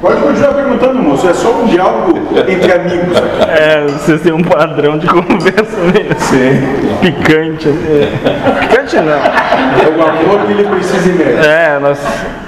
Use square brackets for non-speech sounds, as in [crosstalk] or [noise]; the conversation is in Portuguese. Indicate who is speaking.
Speaker 1: Pode continuar perguntando, moço. É só um diálogo entre amigos aqui.
Speaker 2: É, vocês têm um padrão de [laughs] conversa meio
Speaker 1: Sim.
Speaker 2: picante. né? Picante não.
Speaker 1: É o amor que ele precisa imerso.
Speaker 2: É, nós